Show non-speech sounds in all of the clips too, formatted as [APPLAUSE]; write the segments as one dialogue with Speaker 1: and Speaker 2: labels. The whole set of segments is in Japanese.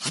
Speaker 1: 8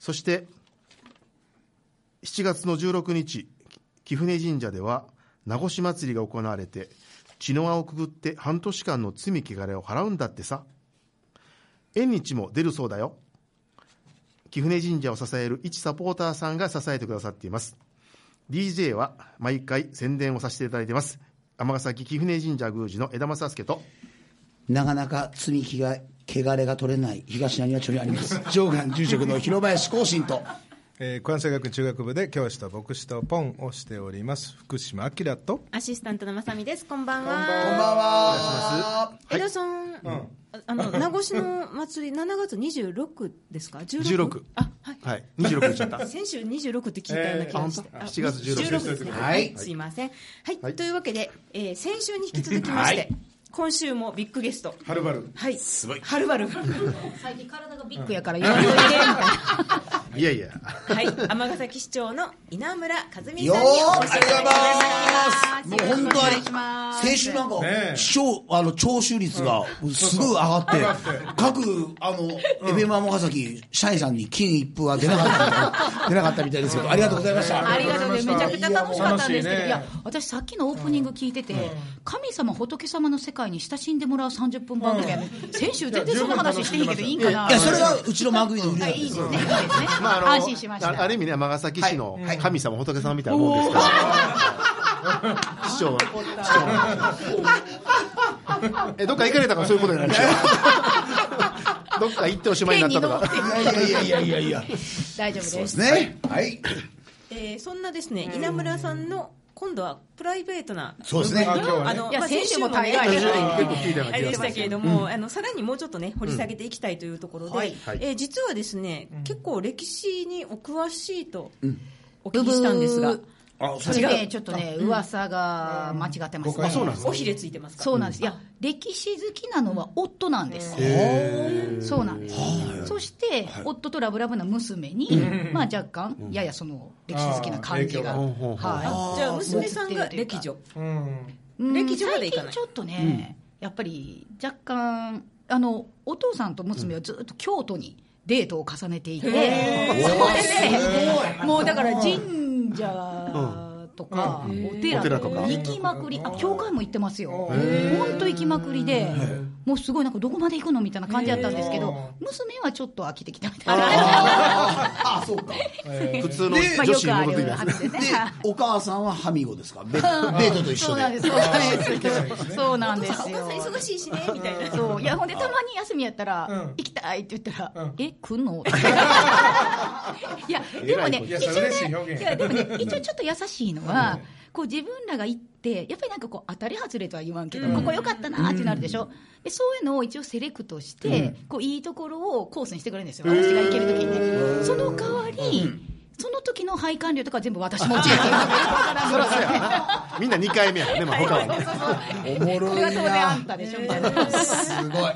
Speaker 2: そして7月の16日貴船神社では名護市祭りが行われて血の輪をくぐって半年間の罪汚れを払うんだってさ縁日も出るそうだよ貴船神社を支える一サポーターさんが支えてくださっています DJ は毎回宣伝をさせていただいてます尼崎貴船神社宮司の枝正介と
Speaker 1: なかなか積み木が汚れが取れない東なにわ町にあります上岸住職の広林光信と
Speaker 3: えー、関西学院中学部で教師と牧師とポンをしております福島明と
Speaker 4: アシスタントのまさみです。こんばん
Speaker 1: こ
Speaker 4: は。
Speaker 1: んばんは
Speaker 4: 江田さん、ああの名護市の祭り7月26ですか
Speaker 2: 16
Speaker 4: 16あはい、
Speaker 2: はい26言っちゃった
Speaker 4: 先週26って聞いたような気がして、
Speaker 2: えーあ本当7月16
Speaker 4: 16ですね、
Speaker 1: はい
Speaker 4: すいません、はい
Speaker 2: はい
Speaker 4: というわけで、えー先週に引き続きまして、
Speaker 1: はい
Speaker 4: 今週もビッグゲスト
Speaker 3: はるばる
Speaker 4: はいすごいはるばる
Speaker 5: 最近体がビッグやから言わんといてみたいな
Speaker 2: いやいや
Speaker 4: はい尼崎市長の稲村和美さんに
Speaker 1: よー
Speaker 4: お
Speaker 1: あ
Speaker 4: 越
Speaker 1: り
Speaker 4: し
Speaker 1: が
Speaker 4: い
Speaker 1: とうございます
Speaker 4: ただきました
Speaker 1: もう本当
Speaker 4: よろしくお願いし
Speaker 1: に先週なんか
Speaker 3: ねえ
Speaker 1: 視聴あの聴取率がすごい上がって各あのエベマモハサキ社員さんに金一封は出なかったみたい出なかったみたいですけどありがとうございました
Speaker 5: ありがとうございますめちゃくちゃ楽しかったんですけどい,、
Speaker 3: いやもう楽しいね
Speaker 5: や私さっきのオープニング聞いてて、神様仏様の世界に親しんでもらう30分番組やね、先週全然そんな話していいけどいいんかない
Speaker 1: やそれがうちの番組の売りなん
Speaker 5: いい
Speaker 1: で
Speaker 5: ですす
Speaker 1: よ
Speaker 5: ねいいですね、
Speaker 2: まああの
Speaker 5: 安心しました
Speaker 2: あある意味ね尼崎市の神様、仏様みたいなもんですから市長は市長はえどっか行かれたからそういうことじゃないですよ
Speaker 5: [LAUGHS]
Speaker 2: どっか行っておしまいになったとか
Speaker 5: 天に
Speaker 1: いやいやいやいやいやで
Speaker 5: 大丈夫です
Speaker 1: すねはい
Speaker 4: えーそんなですね稲村さんの今度はプライベートな
Speaker 1: そうですね
Speaker 3: あ今日は
Speaker 4: あ
Speaker 3: ね
Speaker 4: の
Speaker 5: いや
Speaker 4: まあ
Speaker 5: 先週も大
Speaker 4: 先
Speaker 5: 概
Speaker 4: 週もね
Speaker 2: 結構聞いたよう
Speaker 4: あ
Speaker 2: な気
Speaker 4: れ
Speaker 2: がし
Speaker 4: でし
Speaker 2: ま
Speaker 4: た
Speaker 2: す
Speaker 4: けれども、あのさらにもうちょっとね掘り下げていきたいというところで、
Speaker 5: はい
Speaker 2: はい
Speaker 4: えー実はですね、結構歴史にお詳しいとお聞きしたんですが、
Speaker 5: ブブ
Speaker 1: あそ
Speaker 5: それ
Speaker 1: れ
Speaker 5: ねちょっとね噂が間違ってます、
Speaker 3: 誤解あそうなん
Speaker 2: です
Speaker 4: おひれついてますか
Speaker 5: そうなんです、いや歴史好きなのは夫なんです、そうなんです、そして、夫とラブラブな娘に、まあ、若干、ややその歴史好きな感じが、
Speaker 3: あ
Speaker 2: ー影響が
Speaker 5: は
Speaker 4: じゃあ娘さんが
Speaker 5: 持ってると
Speaker 4: 歴
Speaker 5: いう
Speaker 3: う
Speaker 4: 女
Speaker 3: ん
Speaker 5: いうん
Speaker 4: 歴史までいかな
Speaker 5: 最近
Speaker 4: い
Speaker 5: ちょっとね、やっぱり若干あの、お父さんと娘はずっと京都にデートを重ねていて、そこでね、もうだから神社とか、お寺
Speaker 2: お寺とか
Speaker 5: 行きまくり、あ教会も行ってますよ、本当行きまくりで、もうすごいなんか、どこまで行くのみたいな感じだったんですけど、娘はちょっと飽きてきたみたいな、
Speaker 1: あそうか
Speaker 2: 普通の
Speaker 5: まあ
Speaker 2: 女
Speaker 5: よ
Speaker 2: 子に
Speaker 5: くあ
Speaker 2: 戻ってき
Speaker 5: る
Speaker 2: たん
Speaker 5: 話
Speaker 2: で
Speaker 5: ですすね
Speaker 1: で。 [LAUGHS] お母さんはハミゴですかベデートと一
Speaker 5: そ
Speaker 1: 緒
Speaker 5: うなんで、
Speaker 1: です
Speaker 5: そうなんです。そうなんですよ。
Speaker 4: 忙しいしねみたいな
Speaker 5: そういやほんでたまに休みやったら
Speaker 3: うん
Speaker 5: 「行きたい」って言った
Speaker 3: う
Speaker 5: ら
Speaker 3: ん
Speaker 5: 「え来んの? 」いやでもね
Speaker 3: いや
Speaker 5: 一応
Speaker 3: それ嬉しい表
Speaker 5: ね
Speaker 3: 現
Speaker 5: いやでもね一応ちょっと優しいのはこう自分らが行ってやっぱりなんかこう当たり外れとは言わんけどここ良かったなーってなるでしょでそういうのを一応セレクトしてこういいところをコースにしてくれるんですよ私が行ける時にねその代わりその時の配管料とかは全部私持ちやけど
Speaker 2: そりゃそう
Speaker 5: [LAUGHS]
Speaker 2: やみんな2回目やからね、まあ、他はね
Speaker 1: おもろ
Speaker 5: こ
Speaker 1: い
Speaker 5: れが当然あ
Speaker 1: なん
Speaker 5: たでしょみたいな
Speaker 1: すごい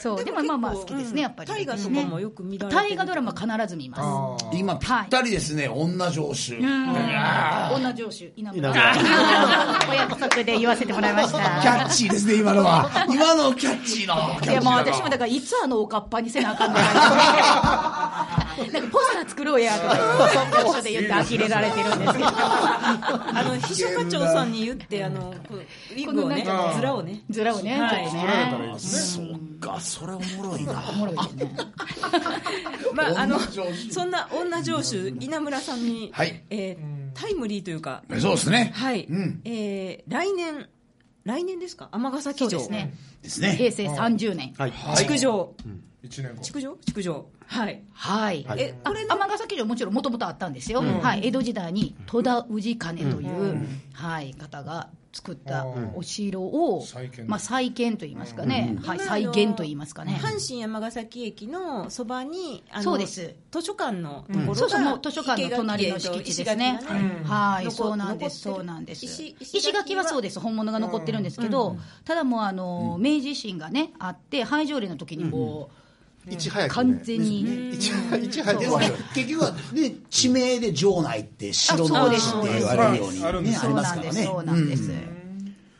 Speaker 5: そうでもまあまあ好きですねやっぱり
Speaker 4: 大河とかもよく見られてる
Speaker 5: 大河ドラマ必ず見ま
Speaker 3: あー
Speaker 1: 今ぴったりですね女上司
Speaker 5: す。女上司稲村。
Speaker 2: 稲村
Speaker 5: [LAUGHS] お約束で言わせてもらいまし
Speaker 1: [LAUGHS] キャ
Speaker 5: た。
Speaker 1: ッチーですね今のは今のキャッチーない
Speaker 5: やもう私もだからいつあのおかっぱにせなあかんのかななんかポスター作ろうやとか場所で言って呆れられてるんですけど
Speaker 4: あの秘書課長さんに言ってあのこうウィッグをね
Speaker 5: このな
Speaker 3: か
Speaker 5: ん
Speaker 4: ズラをね
Speaker 5: ズラをね
Speaker 4: はい
Speaker 5: ちょっ
Speaker 3: 捉え
Speaker 5: と
Speaker 3: たらいい
Speaker 5: ね
Speaker 3: ですね
Speaker 1: かそれおもろいな
Speaker 5: おもろいですね
Speaker 4: まああの
Speaker 1: 女上司
Speaker 4: そんな女上手稲村さんに、
Speaker 1: はい
Speaker 4: えータイムリーというか
Speaker 1: そうですね
Speaker 4: はい、
Speaker 1: うん
Speaker 4: えー来年来年ですか尼崎
Speaker 5: そう
Speaker 4: 城
Speaker 5: ですね
Speaker 1: ですね
Speaker 5: 平成30年
Speaker 2: はい
Speaker 4: 築城
Speaker 3: 一年後
Speaker 4: 築城築城はい
Speaker 5: はい、
Speaker 2: はい
Speaker 5: えこれ尼崎城もちろんもともとあったんですよ、はい、江戸時代に戸田氏兼という、はい、方が作った
Speaker 3: うん
Speaker 5: お城を
Speaker 3: 再建
Speaker 5: まあ、再建といいますかね、はい、再現といいますかね。
Speaker 4: 阪神山ヶ崎駅のそばにあの
Speaker 5: そうです
Speaker 4: 図書館のところが、
Speaker 5: そうそうもう図書館の隣の敷地ですね
Speaker 4: 石垣がね
Speaker 5: はい、
Speaker 4: 残
Speaker 5: そうなんです、
Speaker 4: 残ってる
Speaker 5: そうなんです。
Speaker 4: 石石垣は
Speaker 5: 石垣はそうです、本物が残ってるんですけど、ただもうあの、明治維新がね、あって、廃城令の時にも
Speaker 2: いち
Speaker 5: う、
Speaker 2: 早く、ね、
Speaker 5: 完全に、
Speaker 2: いちいち早
Speaker 1: で
Speaker 2: く
Speaker 1: も結局は、ね、地名で城内って城の内って言われるように、ね
Speaker 3: あそうです
Speaker 1: あり
Speaker 5: そう
Speaker 1: ま
Speaker 5: な
Speaker 1: す
Speaker 5: ん
Speaker 1: か
Speaker 5: で
Speaker 1: ら
Speaker 5: す、
Speaker 1: ね。
Speaker 5: そうなんです。
Speaker 1: う
Speaker 5: い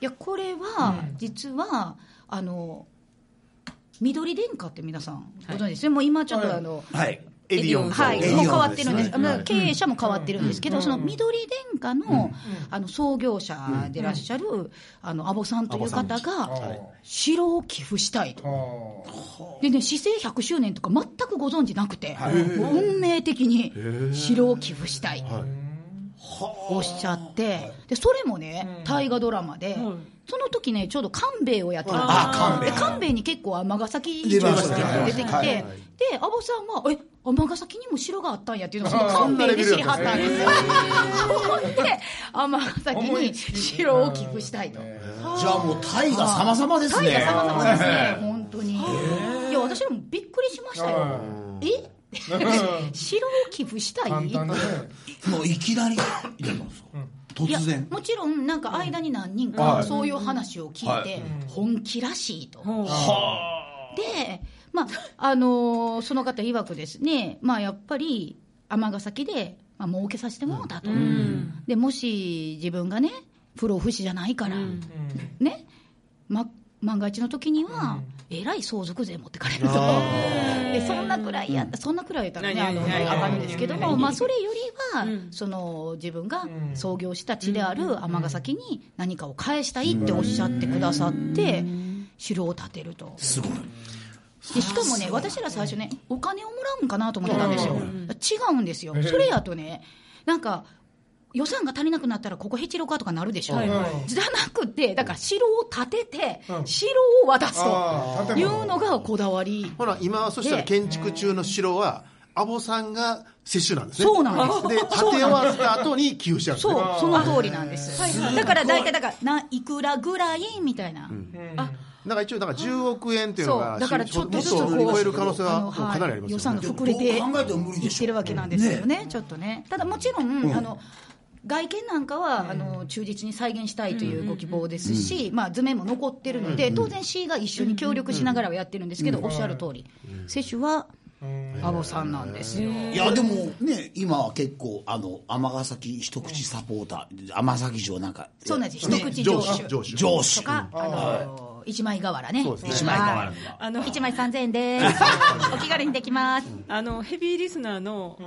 Speaker 5: や、これは、実は、あの、緑殿下って皆さんご存知ですね、もう今ちょっとあの、
Speaker 1: はい。
Speaker 2: エディオン
Speaker 5: はい、
Speaker 1: エディオン
Speaker 5: もう変わってるんです、
Speaker 1: です
Speaker 5: まあ経営者も変わってるんですけど、その緑殿下の,、あの創業者でいらっしゃる、あの阿保さんという方が、城を寄付したいと、でね、市政100周年とか、全くご存知なくて、もう運命的に城を寄付したい。おっしゃってでそれもね、大河ドラマで、その時ね、ちょうど官兵衛をやってたんですよ、で官兵衛に結構、尼崎
Speaker 1: 出
Speaker 5: 城
Speaker 1: ま
Speaker 5: が
Speaker 1: したね
Speaker 5: 出てきて、
Speaker 1: はい
Speaker 5: で、阿保さんは、え、尼崎にも城があったんやっていうのを、その官兵衛で知りはったんですよ。 [LAUGHS] ほんで、尼崎に城を寄付したいと。
Speaker 1: じゃあもう大河様々です
Speaker 5: 大
Speaker 1: ね。
Speaker 5: 河様々ですね、本当に。いや、私でもびっくりしましたよ。え
Speaker 3: [LAUGHS]
Speaker 5: 城を寄付したい
Speaker 3: 簡単だね
Speaker 1: もういきなり、いやもうそう
Speaker 5: いや
Speaker 1: 突然。
Speaker 5: もちろんなんか間に何人かそういう話を聞いて本気らしいと。で、まああのーその方曰くですね、まあ、やっぱり尼崎で、まあ儲けさせてもらったと、でもし自分がね不老不死じゃないから、ね、ま、万が一の時には、えらい相続税持ってかれると [LAUGHS] でそんなくらいやったそんなくらいやったらねあの上がるんですけども、まあ、それよりは、その自分が創業した地である尼崎に何かを返したいっておっしゃってくださって城を建てると。
Speaker 1: すごい。
Speaker 5: でしかもね、私ら最初ね、お金をもらうんかなと思ってたんですよ、違うんですよ、それやとね、なんか予算が足りなくなったら、ここへちろかとかなるでしょ、じゃなくて、だから城を建てて、城を渡す
Speaker 3: あ
Speaker 5: と
Speaker 3: ー
Speaker 5: いうのがこだわり、
Speaker 2: ほら今はそしたら
Speaker 5: で
Speaker 2: 建築中の城は阿保さんが接種なんですね
Speaker 5: そうなんです
Speaker 2: で建て終わった後に寄付しちゃうんですね
Speaker 5: そう、その通りなんです、だから大体、だからないくらぐらいみたいな。
Speaker 2: なんか一応なんか10億円っていうの
Speaker 5: そ
Speaker 2: が
Speaker 5: うだからちょっとずつ
Speaker 2: も
Speaker 5: こ
Speaker 2: っ
Speaker 5: う
Speaker 2: と超える可能性は
Speaker 5: あ
Speaker 2: も
Speaker 5: の
Speaker 2: うかなりありますよ
Speaker 5: 予算
Speaker 2: ね
Speaker 5: が膨れて
Speaker 1: どう考えても無理でしょ
Speaker 5: いってるわけなんですよねちょっとねただもちろん、あの外見なんかは、あの忠実に再現したいというご希望ですし、まあ、図面も残ってるので、当然 C が一緒に協力しながらはやってるんですけど、おっしゃる通り、接種は阿保さんなんですよ、
Speaker 1: いやでもね今は結構あの尼崎一口サポーター尼崎城なんか
Speaker 5: そうなんです一口
Speaker 2: 上
Speaker 5: 上
Speaker 2: 司
Speaker 5: 手
Speaker 2: 上司
Speaker 1: 上
Speaker 5: と
Speaker 1: 司
Speaker 5: か、あの一枚瓦ね
Speaker 2: ですね
Speaker 1: 一枚瓦とか
Speaker 5: あの一枚3000円ですお気軽にできます
Speaker 4: あのヘビーリスナーの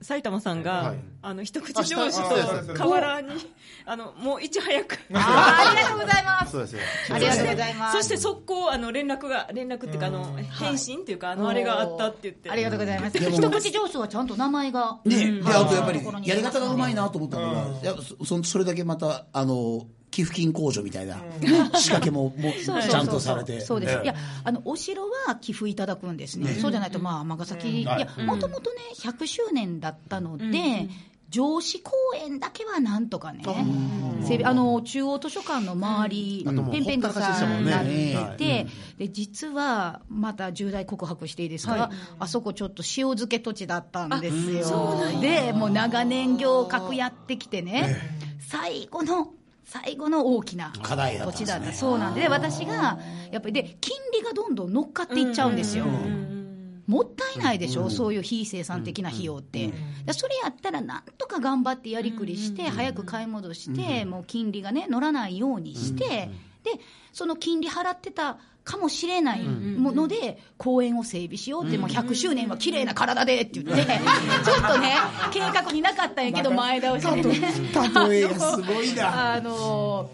Speaker 4: 埼玉さんが、
Speaker 2: はい
Speaker 4: あの一口上司
Speaker 3: あ
Speaker 4: と
Speaker 3: そうですそうです
Speaker 4: 河原にあのもういち早く
Speaker 5: あーありがとうございます
Speaker 2: そうですよ
Speaker 5: ありがとうございます。
Speaker 4: そして速攻あの連絡が連絡っていうかあの返信っていうかあのあれがあったって言って
Speaker 5: ありがとうございます。
Speaker 1: でも
Speaker 5: 一口上昇はちゃんと名前が。
Speaker 1: ねで
Speaker 5: はい
Speaker 1: あとやっぱりやり方がうまいなと思ったのがやっぱそそそれだけまたあの寄付金控除みたいな仕掛けももうち
Speaker 5: そうそうそうそう
Speaker 1: ゃんとされて
Speaker 5: そうです。い
Speaker 1: ね
Speaker 5: や、あの、お城は寄付いただくんですね。そうじゃないと、まあ、尼崎、いや、もともとね、100周年だったので、上司公園だけはなんとかね、整備あの中央図書館の周り、
Speaker 2: ともう
Speaker 5: ペンペン草
Speaker 2: ほったらかしでしたもん
Speaker 5: に
Speaker 2: ね
Speaker 5: なって
Speaker 2: は
Speaker 5: て、で実はまた重大告白していいですか、あそこちょっと塩漬け土地だったんですよ、でもう長年行革やってきてね、最後の最後の大きな
Speaker 1: 課題だった
Speaker 5: 土
Speaker 1: んですね
Speaker 5: 地だったそうなんでで私がやっぱりで金利がどんどん乗っかっていっちゃうんですよ。もったいないでしょ、そういう非生産的な費用って、だそれやったらなんとか頑張ってやりくりして、早く買い戻して、もう金利がね乗らないようにして、でその金利払ってたかもしれないもので、公園を整備しようって、もう100周年は綺麗な体でって言って、ちょっとね計画になかったんやけど前倒しでね。
Speaker 1: 例えがすごいな
Speaker 5: あの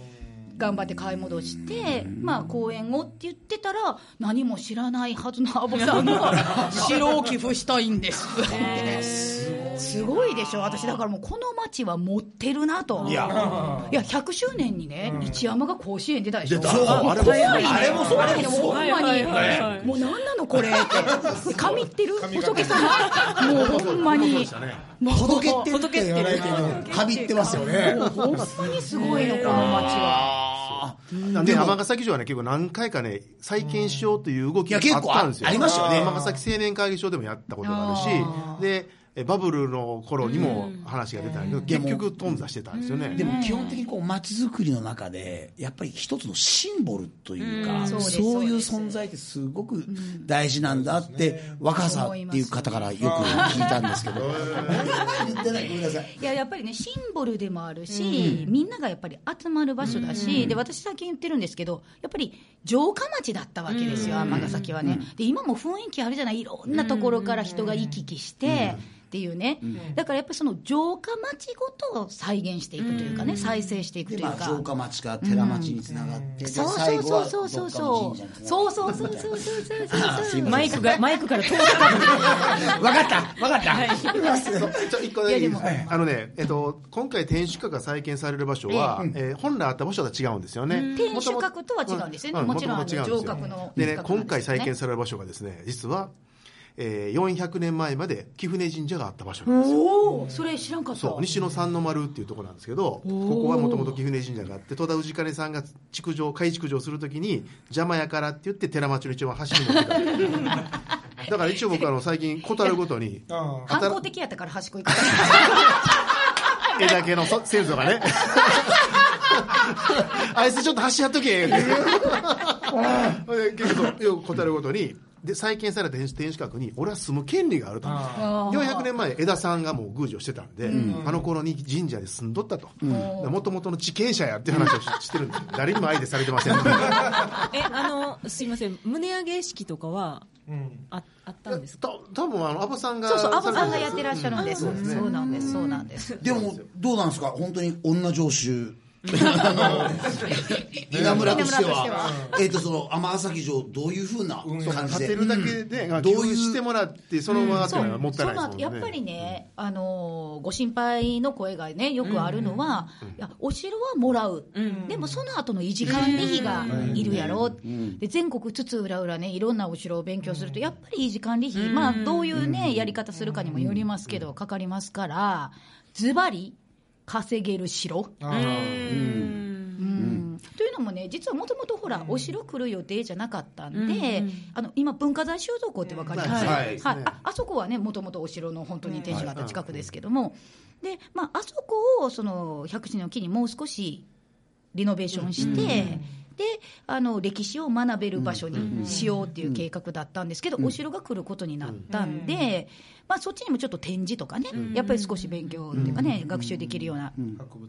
Speaker 5: 頑張って買い戻して、まあ、公演をって言ってたら何も知らないはずのアボさんが城を寄付したいんです [LAUGHS] すごいでしょ私だからもうこの町は持ってるなと
Speaker 1: いや
Speaker 5: いや100周年にね、一山が甲子園出たでしょ
Speaker 2: 出た
Speaker 1: そう
Speaker 2: あ
Speaker 1: あ
Speaker 2: れ
Speaker 1: れも
Speaker 2: もそう
Speaker 1: あれもそう
Speaker 5: あれもほんまに、
Speaker 4: はいはい
Speaker 5: もう何なのこれって、神ってる、仏様、もうほんまに、もう
Speaker 1: 仏ってるって言わないけどかびってますよね
Speaker 5: ほんまにすごいの、この街は。
Speaker 1: あ
Speaker 2: なんで尼崎城はね結構何回かね再建しようという動き
Speaker 1: い
Speaker 2: が
Speaker 1: や結
Speaker 2: あっ
Speaker 1: 構
Speaker 2: たんですよ
Speaker 1: あありましたよね
Speaker 2: 尼崎青年会議所でもやったことがあ
Speaker 5: あ
Speaker 2: るしでえバブルの頃にも話が出たんだけど結局頓挫してたんですよね
Speaker 1: ーでも基本的にこう街づくりの中でやっぱり一つのシンボルというか、
Speaker 5: うんそうです
Speaker 1: そういう
Speaker 5: そう
Speaker 1: 存在ってすごく大事なんだって、若さっていう方からよく聞いたんですけど言ってないごめんなさい
Speaker 5: いややっぱりねシンボルでもあるし、みんながやっぱり集まる場所だし、で私最近言ってるんですけどやっぱり城下町だったわけですよ尼、崎はね、で今も雰囲気あるじゃないいろんなところから人が行き来して、っていうね、だからやっぱりその城下町ごとを再現していくというかね、再生していく
Speaker 1: で
Speaker 5: という
Speaker 1: ま
Speaker 5: か
Speaker 1: あ、城下町から寺町につながって、で
Speaker 5: そう
Speaker 1: 最後は
Speaker 5: そうそうそう
Speaker 1: ど
Speaker 5: そ
Speaker 1: っ
Speaker 5: う
Speaker 1: かの神社につながっ
Speaker 5: そう
Speaker 1: て
Speaker 5: そうそうそうそうそう
Speaker 1: あすいま
Speaker 4: マ
Speaker 1: せん
Speaker 4: イクがマイクから遠ざか
Speaker 1: 分
Speaker 4: る
Speaker 1: かった分かった、
Speaker 2: そうちょ一個だけいいですかあのね、えっと、今回天守閣が再建される場所は、えー本来あった場所とは違うんですよね。
Speaker 5: 天守閣とは違うんですよねもちろんあの
Speaker 2: 元々違うんですよ
Speaker 5: 城郭の
Speaker 2: で
Speaker 5: 一角なんです
Speaker 2: ね
Speaker 5: よね
Speaker 2: 今回再建される場所がですね実は、えー、400年前まで貴船神社があった場所なんですよ
Speaker 5: おおそれ知らんかった
Speaker 2: そう西野三の丸っていうところなんですけどここはもともと貴船神社があって戸田氏金さんが築城改築城するときに邪魔やからって言って寺町の一番端に持ってた
Speaker 5: [LAUGHS]
Speaker 2: だから一応僕あの最近事あるごとに
Speaker 3: あ
Speaker 5: 反抗的やったから端っこ行く
Speaker 2: 絵だけのそ先祖がねあいつちょっと箸やっとけってほいで結構よく答えるごとにで再建された天守天守閣に俺は住む権利があると
Speaker 5: あー
Speaker 2: 400年前枝さんがもう宮司をしてたんで、あの頃に神社に住んどったともともとの地権者やっていう話をし
Speaker 5: [LAUGHS]
Speaker 2: してるんですよ誰にも相手されてません
Speaker 4: えあのすいません胸上げ式とかは
Speaker 3: うん
Speaker 4: ああったんですか
Speaker 2: た多分あの阿部さんが
Speaker 5: そうそう、アボさん
Speaker 2: されて
Speaker 5: が
Speaker 2: る
Speaker 5: やってらっしゃるんです。
Speaker 2: うん
Speaker 5: そうなんです、そうなんです。
Speaker 1: でもどうなんですか本当に女上州あの稲村として
Speaker 5: 稲村として
Speaker 1: は
Speaker 5: は、
Speaker 1: えっとその尼崎城どういうふうな感じ
Speaker 2: 建
Speaker 1: で
Speaker 2: てるだけで、
Speaker 1: ん
Speaker 2: どういうしてもらってそのままっていうのはもったいないですもんね、
Speaker 5: やっぱりね、あのーご心配の声がね、よくあるのは、いやお城はもらう、でもその後の維持管理費がいるやろ、で全国津々浦々ね、いろんなお城を勉強すると、やっぱり維持管理費、まあ、どういうね、やり方するかにもよりますけど、かかりますから、ズバリ稼げる城。
Speaker 3: あー
Speaker 5: うんというのもね、実はもともとほら、お城来る予定じゃなかったんで、あの今、文化財収蔵庫ってわかりま
Speaker 2: は
Speaker 5: す、
Speaker 2: い
Speaker 5: はい
Speaker 2: はい
Speaker 5: ああそこはね、もともとお城の本当に天守があった近くですけども、でまあ、あそこをその百地の木にもう少しリノベーションして、であの歴史を学べる場所にしようっていう計画だったんですけど、お城が来ることになったんで、まあ、そっちにもちょっと展示とかね、やっぱり少し勉強っていうかね、学習できるような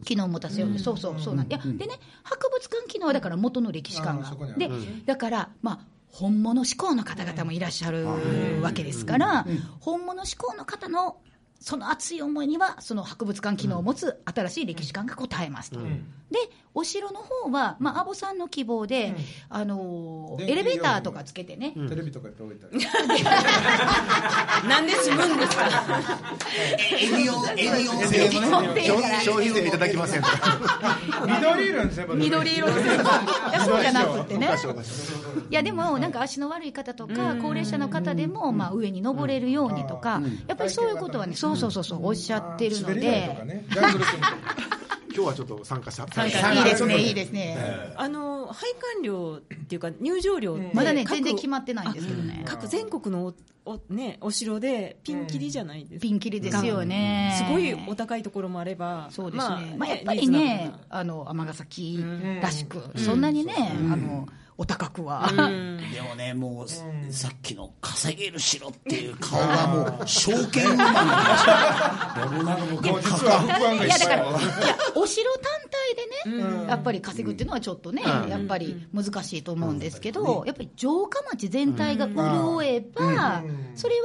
Speaker 5: 機能を持たせようって、そうそう、そうなんで、いやでね、博物館機能はだから元の歴史館
Speaker 3: あーそこにあ
Speaker 5: が。
Speaker 3: る
Speaker 5: でだから、まあ本物志向の方々もいらっしゃるわけですから、本物志向の方のその熱い思いには、その博物館機能を持つ新しい歴史館が応えますと、でお城の方は、まあ、アボさんの希望で、あのー
Speaker 3: 電気
Speaker 5: エレベーターとかつけてね、
Speaker 3: テレビとかいっぱい置いてある
Speaker 4: なんで住むんですか
Speaker 1: エビオンエビオン製のね
Speaker 2: 消消費税いただきませんと
Speaker 3: 緑色にすれば
Speaker 5: 緑色の線とかいやそうじゃなくてね
Speaker 2: おかしい
Speaker 5: いやでもなんか足の悪い方とか高齢者の方でもまあ上に登れるようにとかやっぱりそういうことはねそうそうそうそうおっしゃってるの
Speaker 3: 滑り台とか
Speaker 5: で
Speaker 3: ねジャングルするとか
Speaker 2: 今日はちょっと参加した
Speaker 5: いいですねいいですね
Speaker 4: あの配管料っていうか入場料って
Speaker 5: まだね
Speaker 4: 各
Speaker 5: 全然決まってないんですけどね
Speaker 4: 各全国のおおねお城でピンキリじゃないですか
Speaker 5: ピンキリですよね
Speaker 4: すごいお高いところもあれば
Speaker 5: そうですね、まあ
Speaker 4: ね
Speaker 5: やっぱり
Speaker 4: リーズナブル
Speaker 5: ね
Speaker 4: な、
Speaker 5: あの尼崎らしく、そんなにね、あのお高くは、
Speaker 1: でもねもう、さっきの稼げる城っていう顔がもう証券マンの
Speaker 3: いや実は不安が
Speaker 5: い
Speaker 3: い
Speaker 5: や
Speaker 3: っ
Speaker 5: だ
Speaker 3: ぱ
Speaker 5: か
Speaker 3: い
Speaker 5: ら、いやお城単体でね、やっぱり稼ぐっていうのはちょっとね、やっぱり難しいと思うんですけど、やっぱり城下町全体が潤えば、それは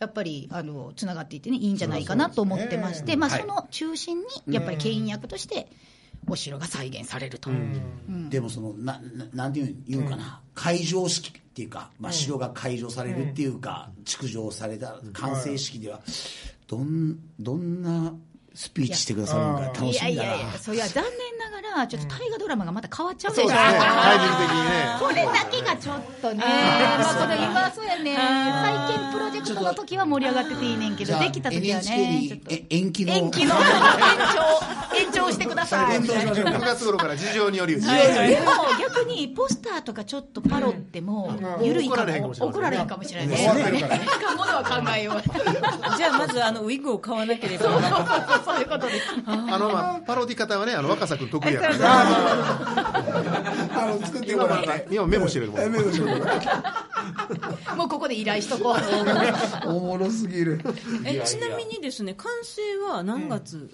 Speaker 5: やっぱりあのつながっていってね、いいんじゃないかなと思ってまして、まあその中心にやっぱり牽引役として。お城が再現されると、
Speaker 1: でもそのなななんていう言うかな、会場式っていうか、まあ、城が会場されるっていうか、築城された完成式では、どんどんなスピーチしてくださるのか楽
Speaker 5: い
Speaker 1: し
Speaker 5: や
Speaker 1: み
Speaker 5: い
Speaker 1: だな
Speaker 5: やいやそういや残念ながらちょっと大河ドラマがまた変わっちゃうんで
Speaker 2: そう
Speaker 5: す
Speaker 2: で
Speaker 5: よ
Speaker 2: すね。タイ [LAUGHS] ミング的にね。
Speaker 5: これだけがちょっとね、まあ、この今そうやね、再建プロジェクトの時は盛り上がってていいねんけ
Speaker 1: じ
Speaker 5: ど、
Speaker 1: ゃあ
Speaker 5: できた時は
Speaker 1: NHK
Speaker 5: ね、ちょっ
Speaker 1: に
Speaker 5: と
Speaker 1: え延期の
Speaker 5: 延期の延長、延長してください。
Speaker 1: 延
Speaker 5: で
Speaker 1: 長
Speaker 5: も
Speaker 1: しましょう
Speaker 2: 6月頃から事情により打ち。
Speaker 5: 逆にポスターとかちょっとパロっても緩いかも怒られへんかもしれないね。
Speaker 2: 怒
Speaker 5: [LAUGHS]
Speaker 2: られへんかもしれないね
Speaker 5: なんかものは考えよう。
Speaker 4: じゃあまずあのウィッグを買わなければ
Speaker 5: そういうことです。
Speaker 2: あの、まあ、パロディ方はね、あの、若狭君得意やからね。
Speaker 1: あの作っても
Speaker 2: 今
Speaker 1: らっ
Speaker 2: なん
Speaker 1: て
Speaker 2: か今メモしてるもん。
Speaker 1: やめろ
Speaker 5: もうここで依頼しと [LAUGHS] こう。
Speaker 1: おもろすぎる
Speaker 4: えちなみにですね完成は何月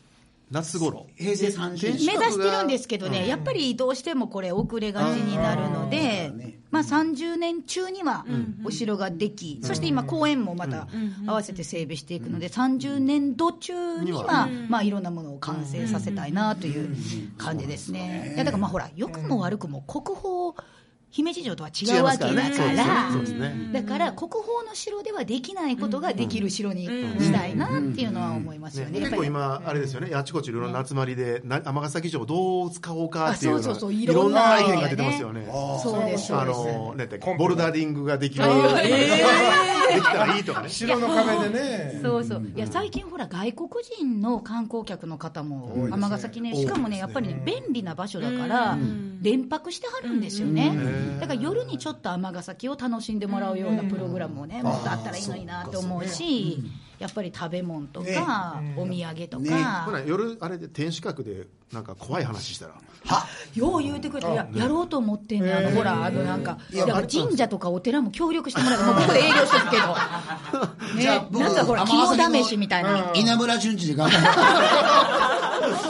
Speaker 2: 夏頃。
Speaker 1: 平成30年
Speaker 5: 目指してるんですけどね、やっぱりどうしてもこれ、遅れがちになるので、
Speaker 1: うんうん
Speaker 5: まあ、30年中にはお城ができ、そして今、公園もまた合わせて整備していくので、30年度中には、まあ、いろんなものを完成させたいなという感じですね。いやだからまあほら良くも悪くも国宝姫路城とは違うわけだ
Speaker 2: 違いますか
Speaker 5: から
Speaker 2: ね
Speaker 5: ら
Speaker 2: そうですねそうですね、
Speaker 5: だから国宝の城ではできないことができる城にしたいなっていうのは思いますよね。
Speaker 2: ね、
Speaker 5: や
Speaker 2: 結
Speaker 5: っぱ
Speaker 2: 構
Speaker 5: り
Speaker 2: 今、あれですよね、あちこちいろんな集まりで、な尼崎城をどう使おうかっていうのが
Speaker 5: あそうそうそう
Speaker 2: い
Speaker 5: い
Speaker 2: ろ
Speaker 5: ろ
Speaker 2: ん
Speaker 5: ん
Speaker 2: な
Speaker 5: な
Speaker 2: アイデアが出てますよね。
Speaker 5: そうです
Speaker 2: あの、なんてボルダリングができる。できたらいいとかね。
Speaker 3: 白の壁でね
Speaker 5: そうそういや最近ほら外国人の観光客の方も尼崎ねしかもねやっぱりね便利な場所だから連泊してはるんですよねだから夜にちょっと尼崎を楽しんでもらうようなプログラムをねもっとあったらいいのになと思うしやっぱり食べ物とかお土産と
Speaker 2: ほ
Speaker 5: から
Speaker 2: 夜、あれで天守閣で、なんか怖い話したら。
Speaker 5: よう言うてくれてややろうと思ってんねんあのほらあのなんかだから神社とかお寺も協力してもらってもうここ営業してるけど [LAUGHS]
Speaker 1: じゃあ
Speaker 5: ね
Speaker 1: 僕
Speaker 5: なんかほら肝試しみたいな
Speaker 1: 稲村淳二で頑張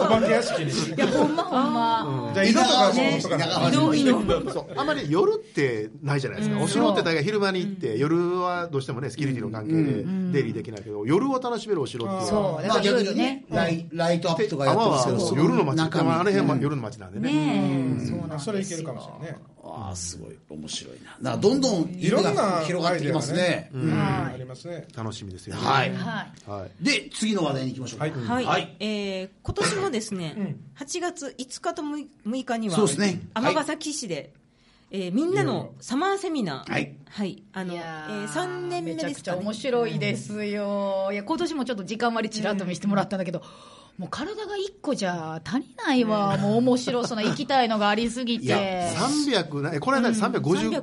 Speaker 3: お化け屋敷にじ
Speaker 5: いやほんまほんま
Speaker 3: ゃあ
Speaker 1: る
Speaker 3: 色とかそうとか
Speaker 1: 稲川淳
Speaker 5: どう
Speaker 1: 二
Speaker 5: いの
Speaker 2: そうあまり夜ってないじゃないですか、お城って大概昼間に行って、夜はどうしてもねセキュリティの関係で出入りできないけど、夜を楽しめるお城っていうのは
Speaker 5: そうだ
Speaker 1: ま
Speaker 5: か
Speaker 1: あ
Speaker 5: らいろ
Speaker 1: 逆
Speaker 5: いろ
Speaker 1: にね
Speaker 5: ね
Speaker 1: ライライトアップとかや
Speaker 2: 泡
Speaker 1: ってますけど
Speaker 2: はも
Speaker 1: そうの
Speaker 2: 夜の街
Speaker 1: 中
Speaker 2: あ
Speaker 1: 身
Speaker 2: の辺は
Speaker 1: うん
Speaker 2: 夜の街なんでね
Speaker 5: ねえそうなんです
Speaker 3: それいけるかもしれないね
Speaker 1: ああすごい面白いななんかどんどん色
Speaker 3: いろんな
Speaker 1: が広がってきます
Speaker 3: アイデア
Speaker 1: ね
Speaker 3: うん
Speaker 1: うん
Speaker 3: ありますね
Speaker 2: 楽しみですよね
Speaker 1: はい
Speaker 5: はい
Speaker 2: はい
Speaker 1: で次の話題に行きましょうか
Speaker 3: はい
Speaker 4: はい、えー今年もですね、8月5日と6日には
Speaker 1: そうですねはい
Speaker 4: 尼崎市で、えーみんなのサマーセミナー、
Speaker 1: はい
Speaker 4: あの
Speaker 5: い
Speaker 4: え
Speaker 5: やー
Speaker 4: ー、3年目
Speaker 5: めちゃ
Speaker 4: で
Speaker 5: く
Speaker 4: す
Speaker 5: ちゃ
Speaker 4: か、ね
Speaker 5: 面、白いですよ、いや今年もちょっと時間割りちらっと見せてもらったんだけど、もう体が1個じゃ足りないわ、もう面白そうな、行きたいのがありすぎ
Speaker 2: いや
Speaker 5: て、
Speaker 2: 300なえこの間350、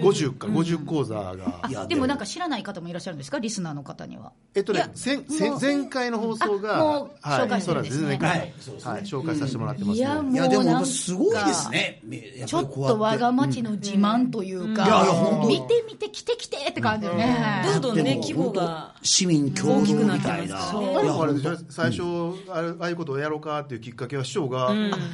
Speaker 2: 50か50講座が、
Speaker 1: いや
Speaker 5: あでもなんか知らない方もいらっしゃるんですか、リスナーの方には。
Speaker 2: えっと
Speaker 5: い
Speaker 2: ね
Speaker 5: や
Speaker 2: 前前
Speaker 5: もう
Speaker 2: 前回の放送が、
Speaker 5: あもう紹介してるんですね
Speaker 2: そうなん
Speaker 1: はいそうですね
Speaker 2: はい紹介させてもらってます
Speaker 5: いや
Speaker 1: いやで
Speaker 5: もうなん
Speaker 1: も
Speaker 5: か
Speaker 1: すごいですねや
Speaker 5: ち
Speaker 1: ぱ
Speaker 5: ょ
Speaker 1: り
Speaker 5: っ
Speaker 1: こうやて
Speaker 5: と我が町の自慢というか、
Speaker 1: うんいやいや本当
Speaker 5: 見て見て、来て来てって感じよね、
Speaker 4: どんどん
Speaker 1: で
Speaker 4: ね
Speaker 1: も
Speaker 4: 規模が
Speaker 1: 市民共同みたい
Speaker 4: 大きく
Speaker 1: な
Speaker 4: なってますね
Speaker 1: いや
Speaker 2: なんかあれでしょ最初、あれああいうことをやろうかっていうきっかけは市長が、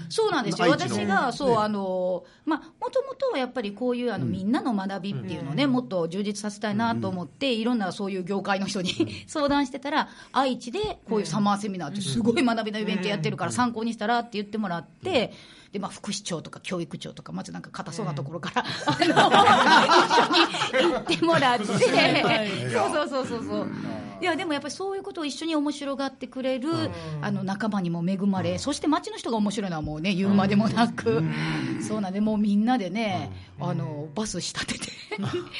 Speaker 5: そうなんですよ、
Speaker 2: 愛知の
Speaker 5: 私が、そう、あの、まあ、もともとはやっぱりこういう、あの、みんなの学びっていうのをね、もっと充実させたいなと思って、いろんなそういう業界の人に [LAUGHS] 相談してたら、愛知でこういうサマーセミナーってすごい学びのイベントやってるから参考にしたらって言ってもらって、で、まあ、副市長とか教育長とか、まずなんか硬そうなところから、 [LAUGHS] あの、一緒に行ってもらって、 [LAUGHS] そうそうそうそうそう。いやでもやっぱりそういうことを一緒に面白がってくれる、あの仲間にも恵まれ、そして町の人が面白いのはもうね言うまでもなく、そうなんでもうみんなでね、あのバス仕立てて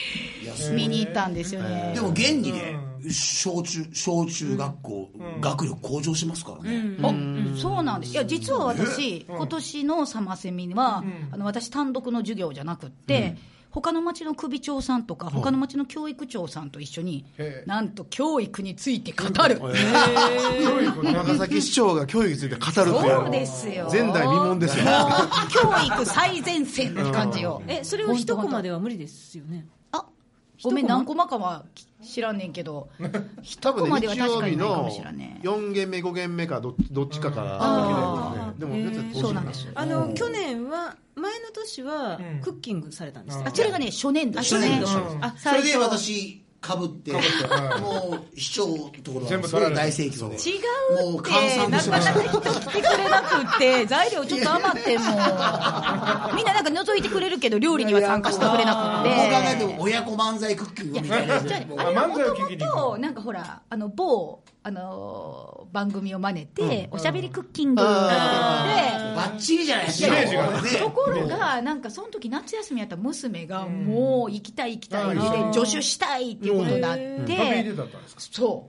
Speaker 5: [LAUGHS] 見に行ったんですよね。
Speaker 1: でも現にね小中小中学校学力向上しますからね
Speaker 5: あそうなんですいや実は私、今年のサマセミは、あの私単独の授業じゃなくって、他の町の首長さんとか他の町の教育長さんと一緒に、
Speaker 3: へえ
Speaker 5: なんと教育について語る、
Speaker 3: どういうこと
Speaker 2: 長崎市長が教育について語るという
Speaker 5: そうですよ
Speaker 2: 前代未聞ですよね
Speaker 5: [LAUGHS] もう教育最前線って感じよ
Speaker 4: えそれを一コマでは無理ですよね
Speaker 5: あごめん何コマかは知らんねんけど
Speaker 2: 多
Speaker 5: 一コ
Speaker 2: 分
Speaker 5: マ
Speaker 2: ね
Speaker 5: では
Speaker 2: 日
Speaker 5: 確
Speaker 2: 曜
Speaker 5: か
Speaker 2: 日
Speaker 5: にないかも
Speaker 2: の
Speaker 5: しらんね
Speaker 2: 4限目5限目かどどっちかからだけでねでも絶対当
Speaker 5: そ
Speaker 2: 時
Speaker 5: うなんですよ
Speaker 4: あの去年は前の年はクッキングされたんですけど、
Speaker 5: あそれがね初年度
Speaker 1: 初年度
Speaker 4: あ
Speaker 1: それで私かぶって、
Speaker 3: ってはい
Speaker 1: もう市長のところ
Speaker 3: 全
Speaker 1: は
Speaker 3: 部
Speaker 1: す
Speaker 3: 取
Speaker 1: ご
Speaker 3: ら
Speaker 1: い
Speaker 3: れた
Speaker 1: 大盛況で。
Speaker 5: 違う
Speaker 1: もう
Speaker 5: って
Speaker 1: 換算
Speaker 5: な
Speaker 1: もし
Speaker 5: か
Speaker 1: まし
Speaker 5: な
Speaker 1: た
Speaker 5: か人来てくれなくって材料ちょっと余ってもみんななんか覗いてくれるけど料理には参加してくれなく
Speaker 1: どう考えて
Speaker 5: て
Speaker 1: も親子漫才クッキングみ
Speaker 5: い
Speaker 1: たいな
Speaker 5: や
Speaker 1: やつ
Speaker 5: じゃ
Speaker 1: もう
Speaker 5: ああれは
Speaker 3: あ
Speaker 5: も
Speaker 3: 漫才を聞きに
Speaker 5: と
Speaker 3: 行
Speaker 5: も
Speaker 3: く
Speaker 5: となんかほらあの某あの番組を真似て、おしゃべりクッキングで
Speaker 1: バッチリじゃないですか
Speaker 3: イメージが
Speaker 1: ね
Speaker 5: ところが、なんかその時夏休みやった娘が、もう行きたい行きたい
Speaker 3: あー
Speaker 5: で、助手したいっていうことになっ
Speaker 3: 旅に出
Speaker 5: て、
Speaker 3: たったんですか
Speaker 5: そ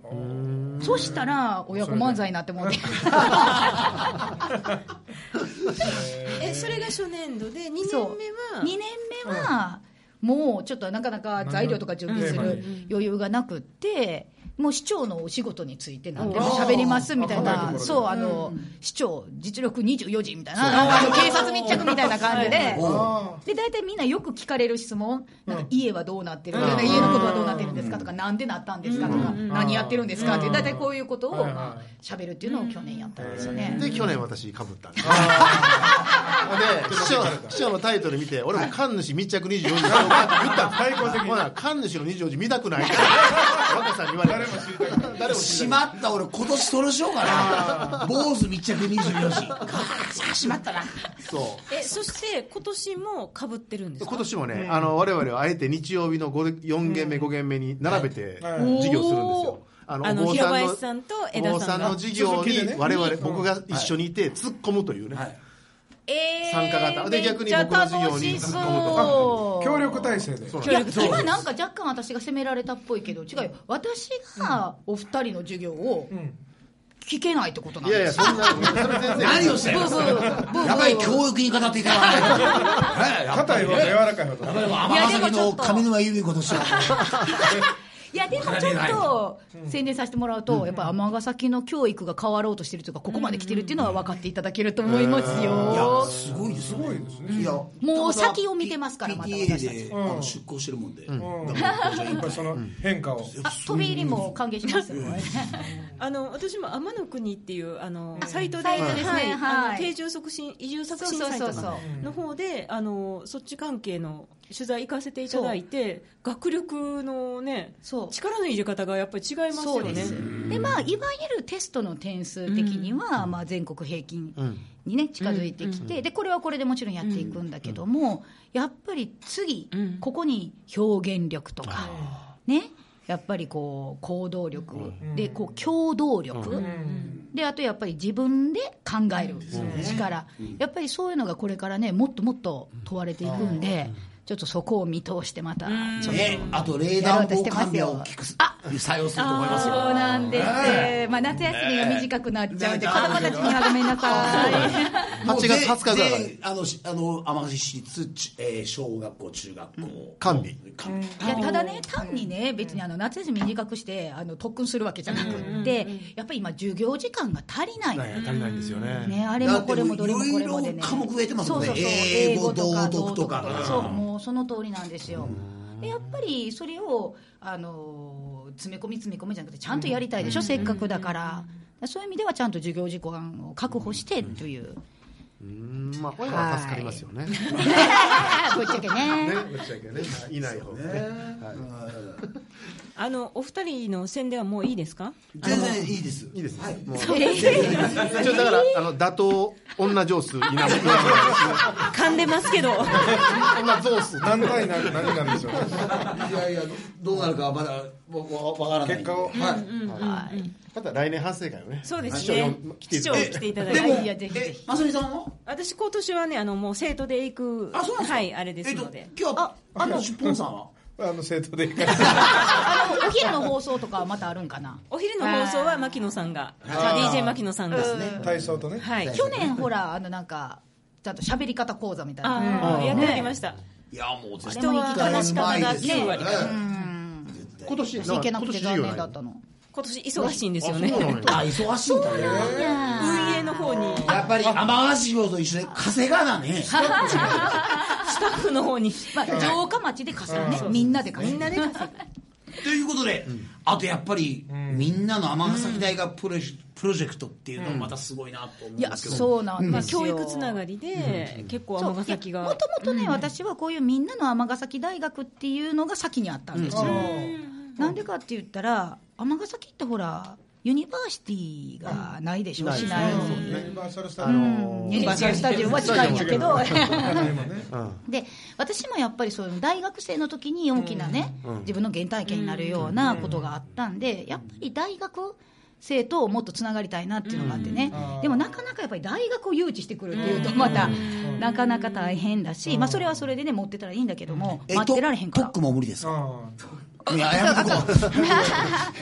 Speaker 5: う、そしたら、親子漫才になってもうて、
Speaker 4: えそれが初年度で2年目
Speaker 5: そう
Speaker 4: は
Speaker 5: 2年目は、もうちょっとなかなか材料とか準備する余裕がなくって、もう市長のお仕事について、なんでも喋りますみたい
Speaker 3: あーあ
Speaker 5: な、そう、あの市長、実力24時みたいな、あの警察密着みたいな感じで。
Speaker 3: あ
Speaker 5: で大体みんなよく聞かれる質問、なんか家はどうなってる、家のことはどうなってるんですかとか、なんでなったんですかとか、何やってるんですかっていう、大体こういうことを
Speaker 3: はいはい
Speaker 5: まあ喋るっていうのを去年やったんですよね。
Speaker 2: で去年私かぶったんです [LAUGHS] で市長市長のタイトル見て俺も神主密着24時言ったん
Speaker 5: [LAUGHS]
Speaker 2: です
Speaker 3: 対抗的に
Speaker 2: ほな神主の24時見たくないから若さんに言われ
Speaker 3: 誰も知りたくない
Speaker 2: 誰も知
Speaker 1: し
Speaker 2: りたくない
Speaker 1: まった俺今年それしようかな坊主密着24時しまったな
Speaker 2: そう
Speaker 4: えそして今年もかぶってるんですか
Speaker 2: 今年もね、あの我々はあえて日曜日の4限目、5限目に並べて
Speaker 3: はい
Speaker 2: 授業するんですよ。あ
Speaker 4: あの
Speaker 2: お坊
Speaker 4: 平林さんと江田さんが
Speaker 2: お坊の授業
Speaker 3: 続きで
Speaker 2: に
Speaker 3: ね
Speaker 2: 我々、僕が一緒にいて突っ込むというね、
Speaker 1: はい
Speaker 5: え
Speaker 2: 参加型で逆に僕の授業に突っ込むとか
Speaker 3: 協力体制で
Speaker 5: いや今なんか若干私が責められたっぽいけど違うよ私がお二人の授業を聞けないってことなん
Speaker 2: いやい
Speaker 5: で
Speaker 2: や
Speaker 5: す
Speaker 2: そんなそれ全然
Speaker 1: 何をしてる
Speaker 5: ブーブーブーブー
Speaker 1: やばい教育に語
Speaker 3: [LAUGHS]
Speaker 1: っていかないはいやっぱ
Speaker 3: 硬い
Speaker 1: り
Speaker 3: 方と柔らかい方と
Speaker 1: やっぱり天ヶ崎の上沼由美子としてはい
Speaker 5: やでもちょっと宣伝させてもらうと、やっぱり尼崎の教育が変わろうとしてるというかここまで来てるっていうのは分かっていただけると思います
Speaker 1: いや
Speaker 5: よ、
Speaker 1: すごいですごいですねいや
Speaker 5: もう先を見てますからまた
Speaker 1: PTA
Speaker 5: 私たち
Speaker 1: であ
Speaker 3: うん
Speaker 1: の出向してるもんでだから工場委
Speaker 3: や
Speaker 1: 員
Speaker 3: っぱ
Speaker 1: 会
Speaker 3: りその変化を
Speaker 5: あ飛び入りも歓迎しますよ
Speaker 4: あの私も天の国っていうあの、サイトで
Speaker 5: サイトですね
Speaker 4: はい
Speaker 5: はい
Speaker 4: あの定住促進移住促進サイ
Speaker 5: そう
Speaker 4: ト
Speaker 5: そうそうそ
Speaker 4: の方であのそっち関係の取材行かせていただいて学力のね
Speaker 5: そう
Speaker 4: 力の入れ方がやっぱり違います
Speaker 5: そう
Speaker 4: よね
Speaker 5: ですでまあいわゆるテストの点数的には、まあ、全国平均にね近づいてきて、でこれはこれでもちろんやっていくんだけども、やっぱり次、
Speaker 4: うん
Speaker 5: ここに表現力とか、ねやっぱりこう行動力、でこう協働力、であとやっぱり自分で考える力、やっぱりそういうのがこれからねもっともっと問われていくんで、ちょっとそこを見通してまたちょっと
Speaker 1: ねあと冷暖房完備を聞く採用すると思います
Speaker 5: そう
Speaker 1: よ
Speaker 5: なんです、まあ、夏休みが短くなっちゃうんで、子供たちにはごめんなさい。
Speaker 2: 8月20日ぐらいから
Speaker 1: であのしあの天ヶ崎市立ち、えー小学校中学校
Speaker 2: 完備
Speaker 1: 完備
Speaker 5: いやただね、単にね、別にあの夏休み短くしてあの特訓するわけじゃなくって、やっぱり今、授業時間が足りない、
Speaker 2: なんや足りないんですよね。
Speaker 5: ね、あれもこれもどれもこれもで
Speaker 1: いろい
Speaker 5: ね、
Speaker 1: ろ科目増えてますも
Speaker 5: そ
Speaker 1: ん
Speaker 5: う
Speaker 1: ね
Speaker 5: そうそう
Speaker 1: 英語
Speaker 5: とか
Speaker 1: 道徳とか
Speaker 5: 道そう、もうその通りなんですよ。でやっぱりそれをあのー詰め込み詰め込みじゃなくて、ちゃんとやりたいでしょ、せっかくだから。そういう意味ではちゃんと授業時間を確保してという、
Speaker 2: うんまあ親は助かりますよね。ね
Speaker 5: ぶっちゃけね。
Speaker 2: ぶっちゃけねいない方がね。
Speaker 4: あのお二人の宣伝はもういいですか
Speaker 1: 全然いいです
Speaker 2: いいです。
Speaker 1: はい
Speaker 2: もう一応だからあの打倒女上司稲村
Speaker 4: [LAUGHS] 噛んでま
Speaker 5: [LAUGHS]
Speaker 4: すけど
Speaker 2: 女上司
Speaker 3: 何対何何なんでしょうね
Speaker 1: いやいやどうなるかはまだ僕はわからないんで
Speaker 3: 結果を
Speaker 1: はい
Speaker 2: また来年反省会をね。
Speaker 4: そうですね
Speaker 2: 市長よん来てい
Speaker 4: 市
Speaker 2: た
Speaker 4: 長
Speaker 2: だい
Speaker 4: 来
Speaker 2: て
Speaker 4: ていただい
Speaker 1: で
Speaker 4: て
Speaker 1: も
Speaker 5: いやぜひぜ
Speaker 1: えまさみさんは
Speaker 4: 私今年はねあのもう生徒で行く
Speaker 1: あそうなんですか
Speaker 4: はいあれです
Speaker 1: えっと
Speaker 4: ので、
Speaker 1: 今日ああのポンさんは
Speaker 3: あの生徒で行かせて
Speaker 5: あのお昼の放送とかはまたあるんかな
Speaker 4: お昼の放送は牧野さんが DJ 牧野さんがですね
Speaker 3: 体操とね
Speaker 4: はい
Speaker 5: 去年ほらあのなんかちゃんと喋り方講座みたいな
Speaker 4: ああやってやりました
Speaker 1: いやもう絶
Speaker 4: 人は話し方が9割
Speaker 1: ね
Speaker 2: 今年
Speaker 5: 私行けなくて残念だった
Speaker 2: の。
Speaker 5: の
Speaker 4: 今年忙しいんですよね
Speaker 2: あそうなんや
Speaker 1: あ忙しいんだね
Speaker 4: 運営の方に
Speaker 1: やっぱり天ヶ島と一緒で稼がな
Speaker 5: [LAUGHS]
Speaker 1: ね
Speaker 4: スタッフの方 [LAUGHS] に
Speaker 5: まあ城下町で稼ぐねみんなで稼ぐみんなで稼
Speaker 1: ということで、あとやっぱり、みんなの尼崎大学プロジェプロジェクトっていうのもまたすごいなと思うん
Speaker 5: い
Speaker 1: で
Speaker 5: や
Speaker 1: すけど、
Speaker 5: そうなん
Speaker 4: ま
Speaker 5: で
Speaker 4: あ
Speaker 5: すよ
Speaker 4: 教育つながりで結構
Speaker 5: そう
Speaker 4: 尼崎
Speaker 5: いや
Speaker 4: が
Speaker 5: もともとね、私はこういうみんなの尼崎大学っていうのが先にあったんですよ、なんでかって言ったら尼崎ってほらユニバーシティがないでしょ、
Speaker 1: ない
Speaker 5: しない
Speaker 1: そうです
Speaker 3: ユニバーサルスタ
Speaker 2: あ
Speaker 3: ジオ
Speaker 2: のー
Speaker 5: ユニバーサルスタジオは近いんやけど
Speaker 3: 今ね
Speaker 2: [LAUGHS] うん
Speaker 5: で私もやっぱりそういう大学生の時に大きなね、
Speaker 2: うん
Speaker 5: 自分の原体験になるようなことがあったんで、やっぱり大学生ともっとつながりたいなっていうのがあってね、
Speaker 3: うん
Speaker 5: でもなかなかやっぱり大学を誘致してくるっていうとまた、なかなか大変だし、まあ、それはそれでね持ってたらいいんだけども、
Speaker 1: え
Speaker 5: 待ってられへんか
Speaker 1: ト
Speaker 5: ら
Speaker 1: ックも無理ですか
Speaker 3: あ
Speaker 1: いややめとこ
Speaker 5: [LAUGHS]
Speaker 1: う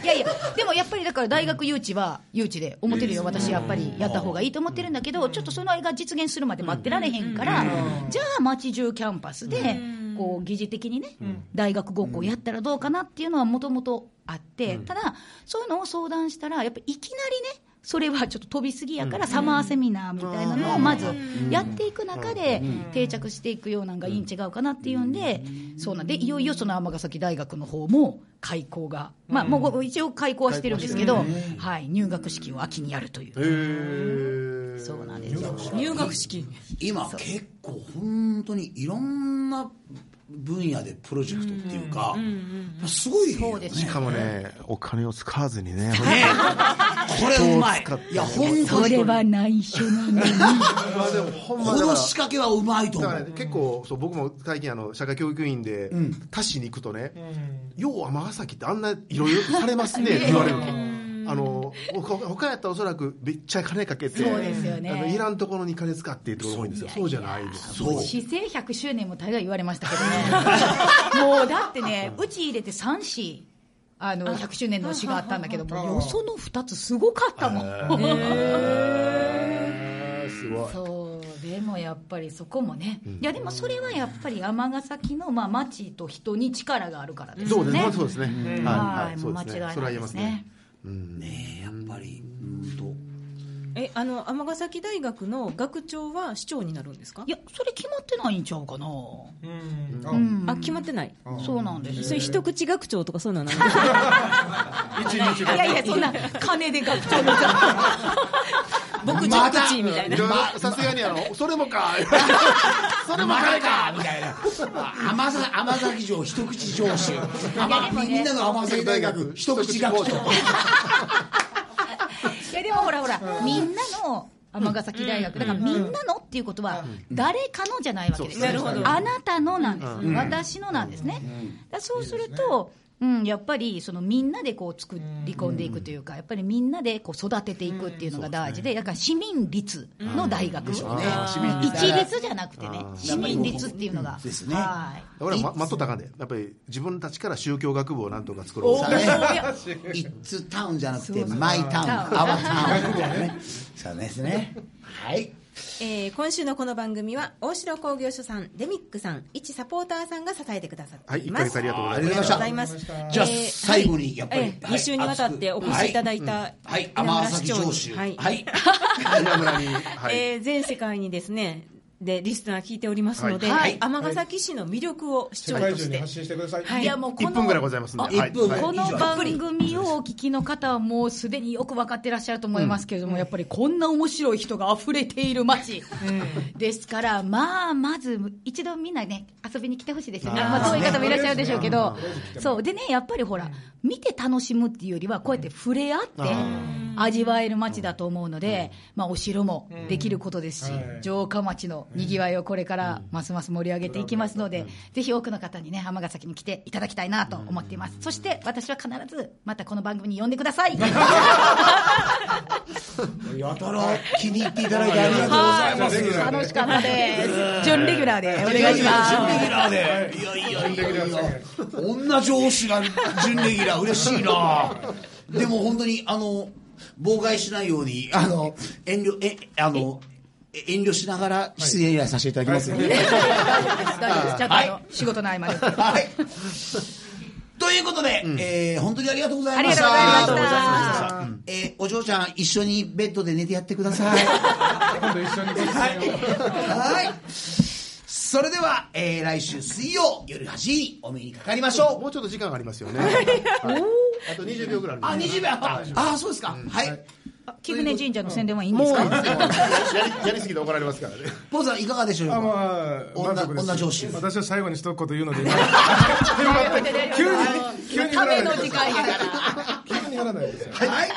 Speaker 5: いやいやでもやっぱりだから大学誘致は誘致で思ってるよ私やっぱりやった方がいいと思ってるんだけどちょっとそのあれが実現するまで待ってられへんからじゃあ町中キャンパスでこう疑似的にね大学ごっこをやったらどうかなっていうのはもともとあってただそういうのを相談したらやっぱいきなりねそれはちょっと飛びすぎやからサマーセミナーみたいなのをまずやっていく中で定着していくようなんがいいん違うかなっていうんでそうなんでいよいよその尼崎大学の方も開校がまあもう一応開校はしてるんですけどはい入学式を秋にやるとい
Speaker 2: へ
Speaker 5: う
Speaker 2: ー
Speaker 5: そうなんですよ
Speaker 4: 入学式
Speaker 1: 今結構本当にいろんな分野でプロジェクトっていうか、すごいよね
Speaker 5: そうです
Speaker 2: しかもねお金を使わずに [LAUGHS] ね
Speaker 1: これうまい
Speaker 2: そう使って
Speaker 1: いや本
Speaker 5: そ
Speaker 1: 当に
Speaker 5: れは内緒なのに [LAUGHS]
Speaker 2: まあでもほん
Speaker 1: こ
Speaker 2: まだか
Speaker 1: の
Speaker 2: ら
Speaker 1: 仕掛けはうまいと思
Speaker 2: だから
Speaker 1: う
Speaker 2: ね結構そう僕も最近あの社会教育委員で他市に行くとね、要は尼崎ってあんないろいろされます [LAUGHS] ねって言われるあのほ他やったらおそらくめっちゃ金かけて
Speaker 5: そうですよね
Speaker 2: あのいらんところに金使ってってことが多いんですよそうじゃないです [LAUGHS]
Speaker 1: そう
Speaker 5: 市政100周年も大概言われましたけどね [LAUGHS] もうだってねうち入れて3市あの100周年の市があったんだけどもよその2つすごかったもん
Speaker 2: すごい
Speaker 5: そうでもやっぱりそこもね、いやでもそれはやっぱり尼崎の、まあ、町と人に力があるからです
Speaker 2: そ
Speaker 5: よ
Speaker 2: うです
Speaker 5: ね
Speaker 2: ね。そうですね。
Speaker 5: はい
Speaker 2: そう
Speaker 5: もう間違いない
Speaker 2: それは言えますね
Speaker 5: で。
Speaker 1: ねえやっぱりうんと
Speaker 4: えあの尼崎大学の学長は市長になるんですか
Speaker 5: いやそれ決まってないんちゃうかな、
Speaker 3: うんあ
Speaker 5: うん
Speaker 4: あ決まってない
Speaker 5: そうなんです
Speaker 4: それ一口学長とかそういうのはない [LAUGHS]
Speaker 5: いやいやそんな金で学長の
Speaker 4: 牧
Speaker 1: ま
Speaker 4: 場
Speaker 1: だ
Speaker 4: 口みたいな
Speaker 2: ろろさすがにあのそれもか。それも
Speaker 1: ま
Speaker 2: か
Speaker 1: だ
Speaker 2: いか。
Speaker 1: かみたいな甘さ甘崎城一口上州
Speaker 5: やでもね
Speaker 1: みんなの甘崎大学一口学長
Speaker 5: いやでもほらほら、みんなの尼崎大学、だからみんなのっていうことは、誰かのじゃないわけですよ、
Speaker 2: そうそう
Speaker 5: あなたのなんです、私のなんですね、だからそうすると、うん、やっぱりそのみんなでこう作り込んでいくというか、やっぱりみんなでこう育てていくっていうのが大事で、だから市民率の大学、
Speaker 2: あー市民
Speaker 5: 一律じゃなくてね、市民率っていうのが。
Speaker 1: ですね
Speaker 5: はい
Speaker 2: 俺はま待っとったらあかんで。やっぱり自分たちから宗教学部をなんとか作ろう。
Speaker 1: さあね、イッツタウンじゃなくて、マイタウン、アワタウンみたいなね。そうですね。はい。
Speaker 6: えー今週のこの番組は大城工業所さんデミックさん一サポーターさんが支えてくださって
Speaker 2: はい、
Speaker 6: い
Speaker 2: 一
Speaker 6: ま
Speaker 2: 回
Speaker 6: す、
Speaker 2: ありがとうござ
Speaker 1: あ
Speaker 2: い
Speaker 1: り
Speaker 2: ま
Speaker 1: が
Speaker 2: す。
Speaker 1: とうございま
Speaker 3: ありがとうございまし
Speaker 1: したた。じゃあ、最後に、やっぱ
Speaker 4: え
Speaker 1: り
Speaker 4: え、二週にわたってお越しいただいた
Speaker 1: はい、
Speaker 4: 稲
Speaker 1: 天
Speaker 4: 村市
Speaker 1: 崎
Speaker 4: 長に
Speaker 1: 上州。
Speaker 4: は
Speaker 1: はいい。 [LAUGHS]
Speaker 2: 稲村に。はい。
Speaker 4: えー全世界にですねでリスナー聞いておりますので
Speaker 2: はい
Speaker 4: はい尼、崎市の魅力を市
Speaker 3: 世
Speaker 4: 長
Speaker 3: 界
Speaker 4: と
Speaker 3: 中
Speaker 4: し
Speaker 3: に
Speaker 4: て
Speaker 3: 発信してください、
Speaker 4: はい
Speaker 5: いやもうこの
Speaker 2: 一分ぐらいございますんで。
Speaker 1: あ
Speaker 2: はい
Speaker 1: 一分
Speaker 2: はい
Speaker 5: この番組をお聞きの方はもうすでによく分かってらっしゃると思いますけれども、やっぱりこんな面白い人が溢れている街ですから、まあ、まず一度みんなね、遊びに来てほしいですよね。まあ、そういう方もいらっしゃるでしょうけど、そう。でね、やっぱりほら、見て楽しむっていうよりは、こうやって触れ合って、味わえる街だと思うので、まあ、お城もできることですし、
Speaker 3: はい
Speaker 5: 城下町のにぎわいをこれからますます盛り上げていきますので、ぜひ多くの方にね、尼崎に来ていただきたいなと思っています。そして私は必ず、またこの番組に呼んでください。
Speaker 1: やたら気に入っていただいてありがとうございます。
Speaker 5: 楽しかったです。準レギュラーでお願いします。
Speaker 1: 準レギュラーで。いやいやいやいや。女上司が準レギュラー嬉しいな。でも本当にあの妨害しないようにあの遠慮えあのえ遠慮しながら出演依頼させていただきますよね。
Speaker 5: 大丈夫です。大丈夫です。ちゃんとあの、仕事の合間で。
Speaker 1: はい。ということで、えー本当にありがとうございました。
Speaker 5: あり
Speaker 1: ありが
Speaker 5: がとうございました
Speaker 1: とうございました。えーお嬢ちゃん、一緒にベッドで寝てやってください。
Speaker 3: 今度一緒にご出演を
Speaker 1: はい。それでは、えー来週水曜夜8時にお目にかかりましょう。
Speaker 2: もうちょっと時間がありますよね。はいあと20秒ぐらいありま
Speaker 1: あ、
Speaker 2: す
Speaker 1: 20秒あった。あ、そうですか。はい。
Speaker 5: あ貴船神社の宣伝はいいんですか
Speaker 2: やりやりすぎて怒られますからね。
Speaker 1: ポーズさんいかがでしょう
Speaker 3: あま
Speaker 1: か
Speaker 3: あ
Speaker 1: 女
Speaker 3: 満足です
Speaker 1: 女上司
Speaker 3: 私は最後に一言言うので
Speaker 5: [LAUGHS]
Speaker 3: 今広がって急に急に振らないでください
Speaker 5: 間やから
Speaker 3: 急に振らないでください
Speaker 1: はい。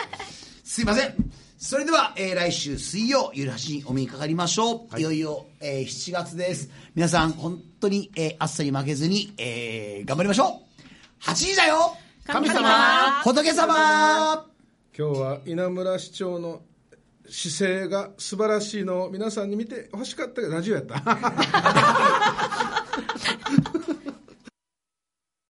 Speaker 1: すいません。それでは、えー来週水曜、ゆるはしにお目にかかりましょう。い、よいよ、えー7月です。皆さん、本当に、えー暑さに負けずに、えー頑張りましょう。8時だよ神様仏様
Speaker 3: 今日は稲村市長の姿勢が素晴らしいのを皆さんに見て欲しかったけどラジオやった